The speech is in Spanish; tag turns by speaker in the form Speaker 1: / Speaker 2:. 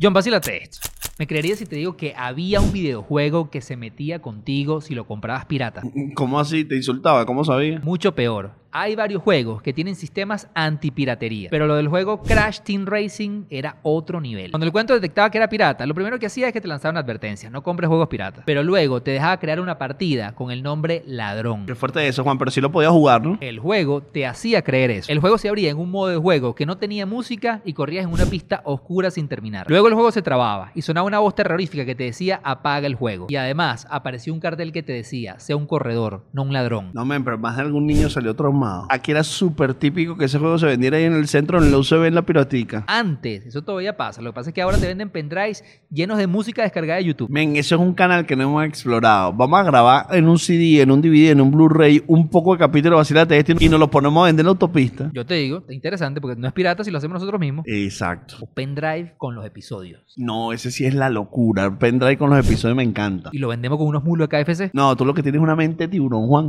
Speaker 1: John, vacílate esto. Me creerías si te digo que había un videojuego que se metía contigo si lo comprabas pirata.
Speaker 2: ¿Cómo así? ¿Te insultaba? ¿Cómo sabía?
Speaker 1: Mucho peor. Hay varios juegos que tienen sistemas antipiratería, pero lo del juego Crash Team Racing era otro nivel. Cuando el cuento detectaba que era pirata, lo primero que hacía es que te lanzaba una advertencia, no compres juegos piratas. Pero luego te dejaba crear una partida con el nombre Ladrón.
Speaker 2: Qué fuerte eso, Juan, pero sí lo podía jugar, ¿no?
Speaker 1: El juego te hacía creer eso. El juego se abría en un modo de juego que no tenía música y corrías en una pista oscura sin terminar. Luego el juego se trababa y sonaba una voz terrorífica que te decía apaga el juego. Y además aparecía un cartel que te decía sea un corredor, no un ladrón.
Speaker 2: No, men, pero más de algún niño salió traumado. Aquí era súper típico que ese juego se vendiera ahí en el centro, en la UCB, en la piratica.
Speaker 1: Antes, eso todavía pasa. Lo que pasa es que ahora te venden pendrives llenos de música descargada de YouTube.
Speaker 2: Men, eso es un canal que no hemos explorado. Vamos a grabar en un CD, en un DVD, en un Blu-ray, un poco de capítulo vacilate este y nos lo ponemos a vender en la autopista.
Speaker 1: Yo te digo, es interesante porque no es pirata si lo hacemos nosotros mismos.
Speaker 2: Exacto.
Speaker 1: O pendrive con los episodios.
Speaker 2: No, ese sí es la locura. El pendrive con los episodios me encanta.
Speaker 1: Y lo vendemos con unos mulos de KFC.
Speaker 2: No, tú lo que tienes es una mente de tiburón, Juan.